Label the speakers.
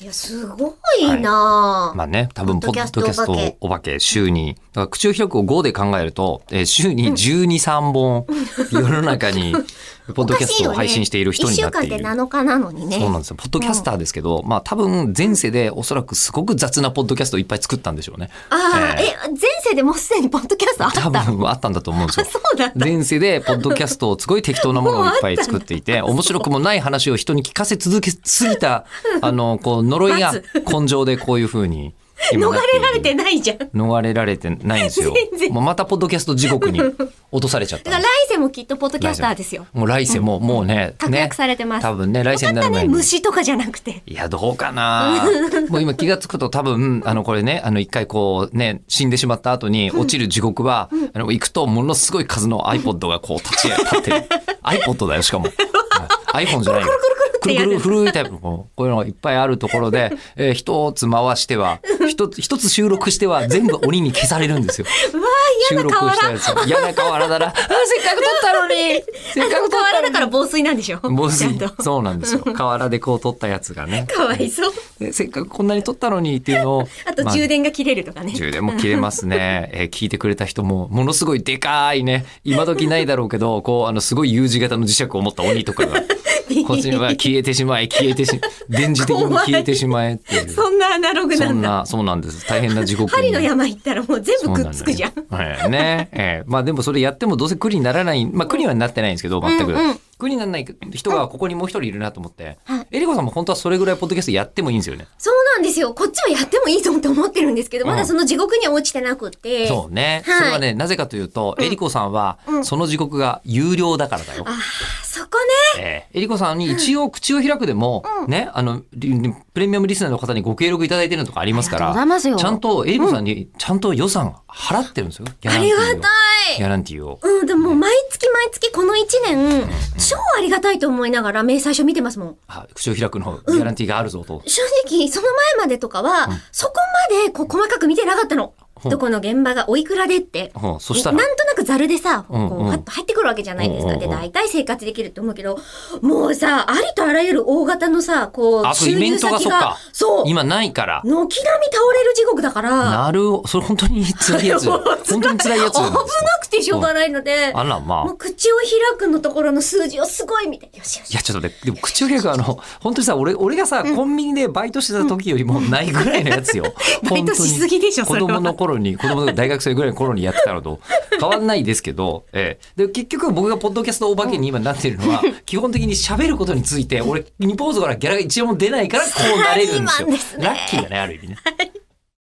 Speaker 1: いや、すごいな
Speaker 2: まあね、多分、
Speaker 1: ポッド
Speaker 2: ポ
Speaker 1: キャ
Speaker 2: ッ
Speaker 1: スト
Speaker 2: ドキャストお化け、週に、だから口を広くを5で考えると、えー週に12、3本、世の中に、ポッドキャストを配信している人になってい
Speaker 1: 1週
Speaker 2: る。
Speaker 1: 間って7日なのにね。
Speaker 2: そうなんですよ。ポッドキャスターですけど、まあ多分前世でおそらくすごく雑なポッドキャストをいっぱい作ったんでしょうね。
Speaker 1: ああ、
Speaker 2: え
Speaker 1: え、前世でもうすでにポッドキャストあった。
Speaker 2: 多
Speaker 1: あ、
Speaker 2: 分あったんだと思うんですよ。
Speaker 1: そうだった。
Speaker 2: 前世でポッドキャストをすごい適当なものをいっぱい作ってい て、面白くもない話を人に聞かせ続けすぎた、あの、こう、呪 いが根性でこういうふうに今
Speaker 1: 逃
Speaker 2: なっている。
Speaker 1: れられてないじゃん。だか
Speaker 2: 逃れられてないんですよ
Speaker 1: 全。然
Speaker 2: もうまたポッドキャスト地 獄に落とされちゃったん
Speaker 1: ら
Speaker 2: で
Speaker 1: 来世もきっとポッドキャスターですよ。
Speaker 2: す。もう来世も、もうね、
Speaker 1: 確
Speaker 2: ね
Speaker 1: 約、されてます。
Speaker 2: 多分ね、来世にな
Speaker 1: た
Speaker 2: る
Speaker 1: だ
Speaker 2: 前
Speaker 1: ね、
Speaker 2: に。
Speaker 1: 虫とかじゃなくて。
Speaker 2: いや、どう かなもう今気がつくと多分、あの、これね、あの、一回こうね、死んでしまった後に落ちる地獄は、あの、行くとものすごい数の iPod がこう立ち上がってる。iPod だよ、しかも。はい iPhone じゃないよ。
Speaker 1: くるくるく
Speaker 2: く
Speaker 1: るって
Speaker 2: る
Speaker 1: や
Speaker 2: く
Speaker 1: る
Speaker 2: る古いタイプのこうこういうのがいっぱいあるところで、えー一つ回しては、一つ、一つ収録しては全部鬼に消されるんですよ。
Speaker 1: うわー、
Speaker 2: 収
Speaker 1: 嫌な
Speaker 2: 録
Speaker 1: 河
Speaker 2: した
Speaker 1: 原。
Speaker 2: やつ。嫌な河原だな。あーせっかく撮ったのにせっかく撮
Speaker 1: 河
Speaker 2: っ
Speaker 1: 原だ
Speaker 2: た
Speaker 1: から防水なんでしょ
Speaker 2: のに。もうす
Speaker 1: ちゃ
Speaker 2: ぐ
Speaker 1: んと。
Speaker 2: そうなんですよ。河原でこう撮ったやつがね。
Speaker 1: かわいそう。
Speaker 2: でせっかくこんなに撮ったのにっていうのを
Speaker 1: あと
Speaker 2: ま
Speaker 1: 充電が切れるとかね。
Speaker 2: 充電も切れますね、えー聞いてくれた人もものすごいでかいね今時ないだろうけどこうあのすごい U 字型の磁石を持った鬼とかがこっ ちのが消えてしまえ消えてし電磁的に消えてしまえっていう
Speaker 1: そんなアナログな
Speaker 2: そ
Speaker 1: ん
Speaker 2: ん
Speaker 1: だ。
Speaker 2: なそうなんです大変な地獄
Speaker 1: 針の山行ったらもう全部くっつくじゃん。
Speaker 2: そうなんだよ。ええね、ええまあでもそれやってもどうせ苦にならない、まあ苦にはなってないんですけど、全く。
Speaker 1: うんうん
Speaker 2: 苦にならない人がここにもう一人いるなと思って
Speaker 1: はい。
Speaker 2: えりこさんも本当はそれぐらいポッドキャストやってもいいんですよね。
Speaker 1: そうなんですよ。こっちはやってもいいぞって思ってるんですけど、
Speaker 2: うん
Speaker 1: まだその地獄には落ちてなくて。
Speaker 2: そうね。
Speaker 1: はい
Speaker 2: それはね、なぜかというと、えりこさんは、その時刻が有料だからだよ。
Speaker 1: ああ、そこね。
Speaker 2: えーえりこさんに一応口を開くでも、ね、あの、リプレミアムリスナーの方にご協力いただいてるのとかありますか
Speaker 1: ありがとうござい
Speaker 2: ら、
Speaker 1: ますよ
Speaker 2: ちゃんとえりこさんに、ちゃんと予算払ってるんですよ。ギャ
Speaker 1: あ
Speaker 2: ランティ
Speaker 1: り
Speaker 2: ー
Speaker 1: が
Speaker 2: を。
Speaker 1: たい。
Speaker 2: ギャランティーを。
Speaker 1: うん、でも毎月毎月この1年、超ありがたいと思いながら明細書見てますもん。
Speaker 2: あ口を開くの、ギャランティーがあるぞと。
Speaker 1: 正直、その前までとかは、そこまでこう細かく見てなかったの。
Speaker 2: うん
Speaker 1: どこの現場がおいくらでって。
Speaker 2: うんそしたら
Speaker 1: な、んとなくざるでさ、こ
Speaker 2: うん
Speaker 1: う、
Speaker 2: うん
Speaker 1: パッと入ってくるわけじゃないです
Speaker 2: うん
Speaker 1: か。
Speaker 2: うんう
Speaker 1: で、
Speaker 2: ん
Speaker 1: 大体生活できると思うけど、もうさ、ありとあらゆる大型のさ、こ
Speaker 2: あ
Speaker 1: う、
Speaker 2: そうイ
Speaker 1: 収
Speaker 2: ベン
Speaker 1: 入
Speaker 2: トが
Speaker 1: 先
Speaker 2: そっか
Speaker 1: が、そう、軒
Speaker 2: 今ないから。
Speaker 1: 並み倒れる地獄だから、
Speaker 2: なる、それ本当に辛 いやつじゃん。本当に辛いやつじ
Speaker 1: 危
Speaker 2: ゃ
Speaker 1: な
Speaker 2: な
Speaker 1: い
Speaker 2: ですか
Speaker 1: くてしょうがないので、
Speaker 2: あら、まあ
Speaker 1: も。う口を開くのところの数字をすごい見て、よしよ
Speaker 2: い
Speaker 1: し。
Speaker 2: やちょっと待ってでも口を開くあの本当にさ俺俺がさ、コンビニでバイトしてた時よりもないぐらいのやつよ
Speaker 1: バイトしすぎでしょ
Speaker 2: 本当
Speaker 1: それ
Speaker 2: に子
Speaker 1: は
Speaker 2: 供の頃に子供の大学生ぐらいの頃にやってたの と変わんないですけど、ええ、で結局僕がポッドキャストお化けに今なってるのは、基本的に喋ることについて俺ニポーズからギャラが一円も出ないからこうなれるんです
Speaker 1: サラ
Speaker 2: よ
Speaker 1: リーマンですね
Speaker 2: ラッキーだねある意味ね